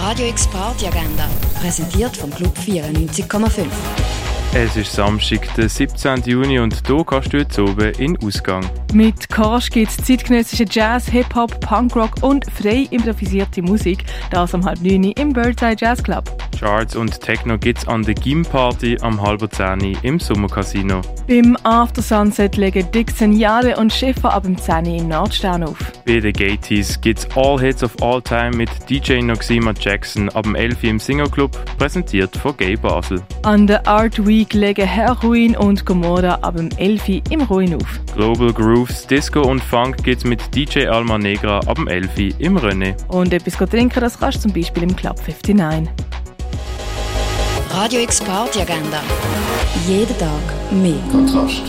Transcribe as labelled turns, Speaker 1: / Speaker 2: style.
Speaker 1: Radio X Party Agenda, präsentiert vom Club 94,5.
Speaker 2: Es ist Samstag, der 17. Juni und hier kannst du jetzt oben in Ausgang.
Speaker 3: Mit Karsch gibt es zeitgenössischen Jazz, Hip-Hop, Punkrock und frei improvisierte Musik. Das um halb neun im Birdseye Jazz Club.
Speaker 2: Charts und Techno gibt's an der Gym-Party am halben Zehni im Sommercasino.
Speaker 3: Beim After Sunset legen Dixon Jahre und Schiffer ab dem 10 Uhr im Nordstern auf.
Speaker 2: Bei den Gaties gibt's All Hits of All Time mit DJ Noxima Jackson ab dem 11 Uhr im Singerclub, präsentiert von Gay Basel.
Speaker 3: An der Art Week legen Heroin und Gomorra ab dem 11 Uhr im Ruin auf.
Speaker 2: Global Grooves, Disco und Funk gibt's mit DJ Alma Negra ab dem 11 Uhr im René.
Speaker 3: Und etwas trinken, das kannst du zum Beispiel im Club 59.
Speaker 1: Radio X Party Agenda. Jeden Tag mehr.
Speaker 4: Kontrast.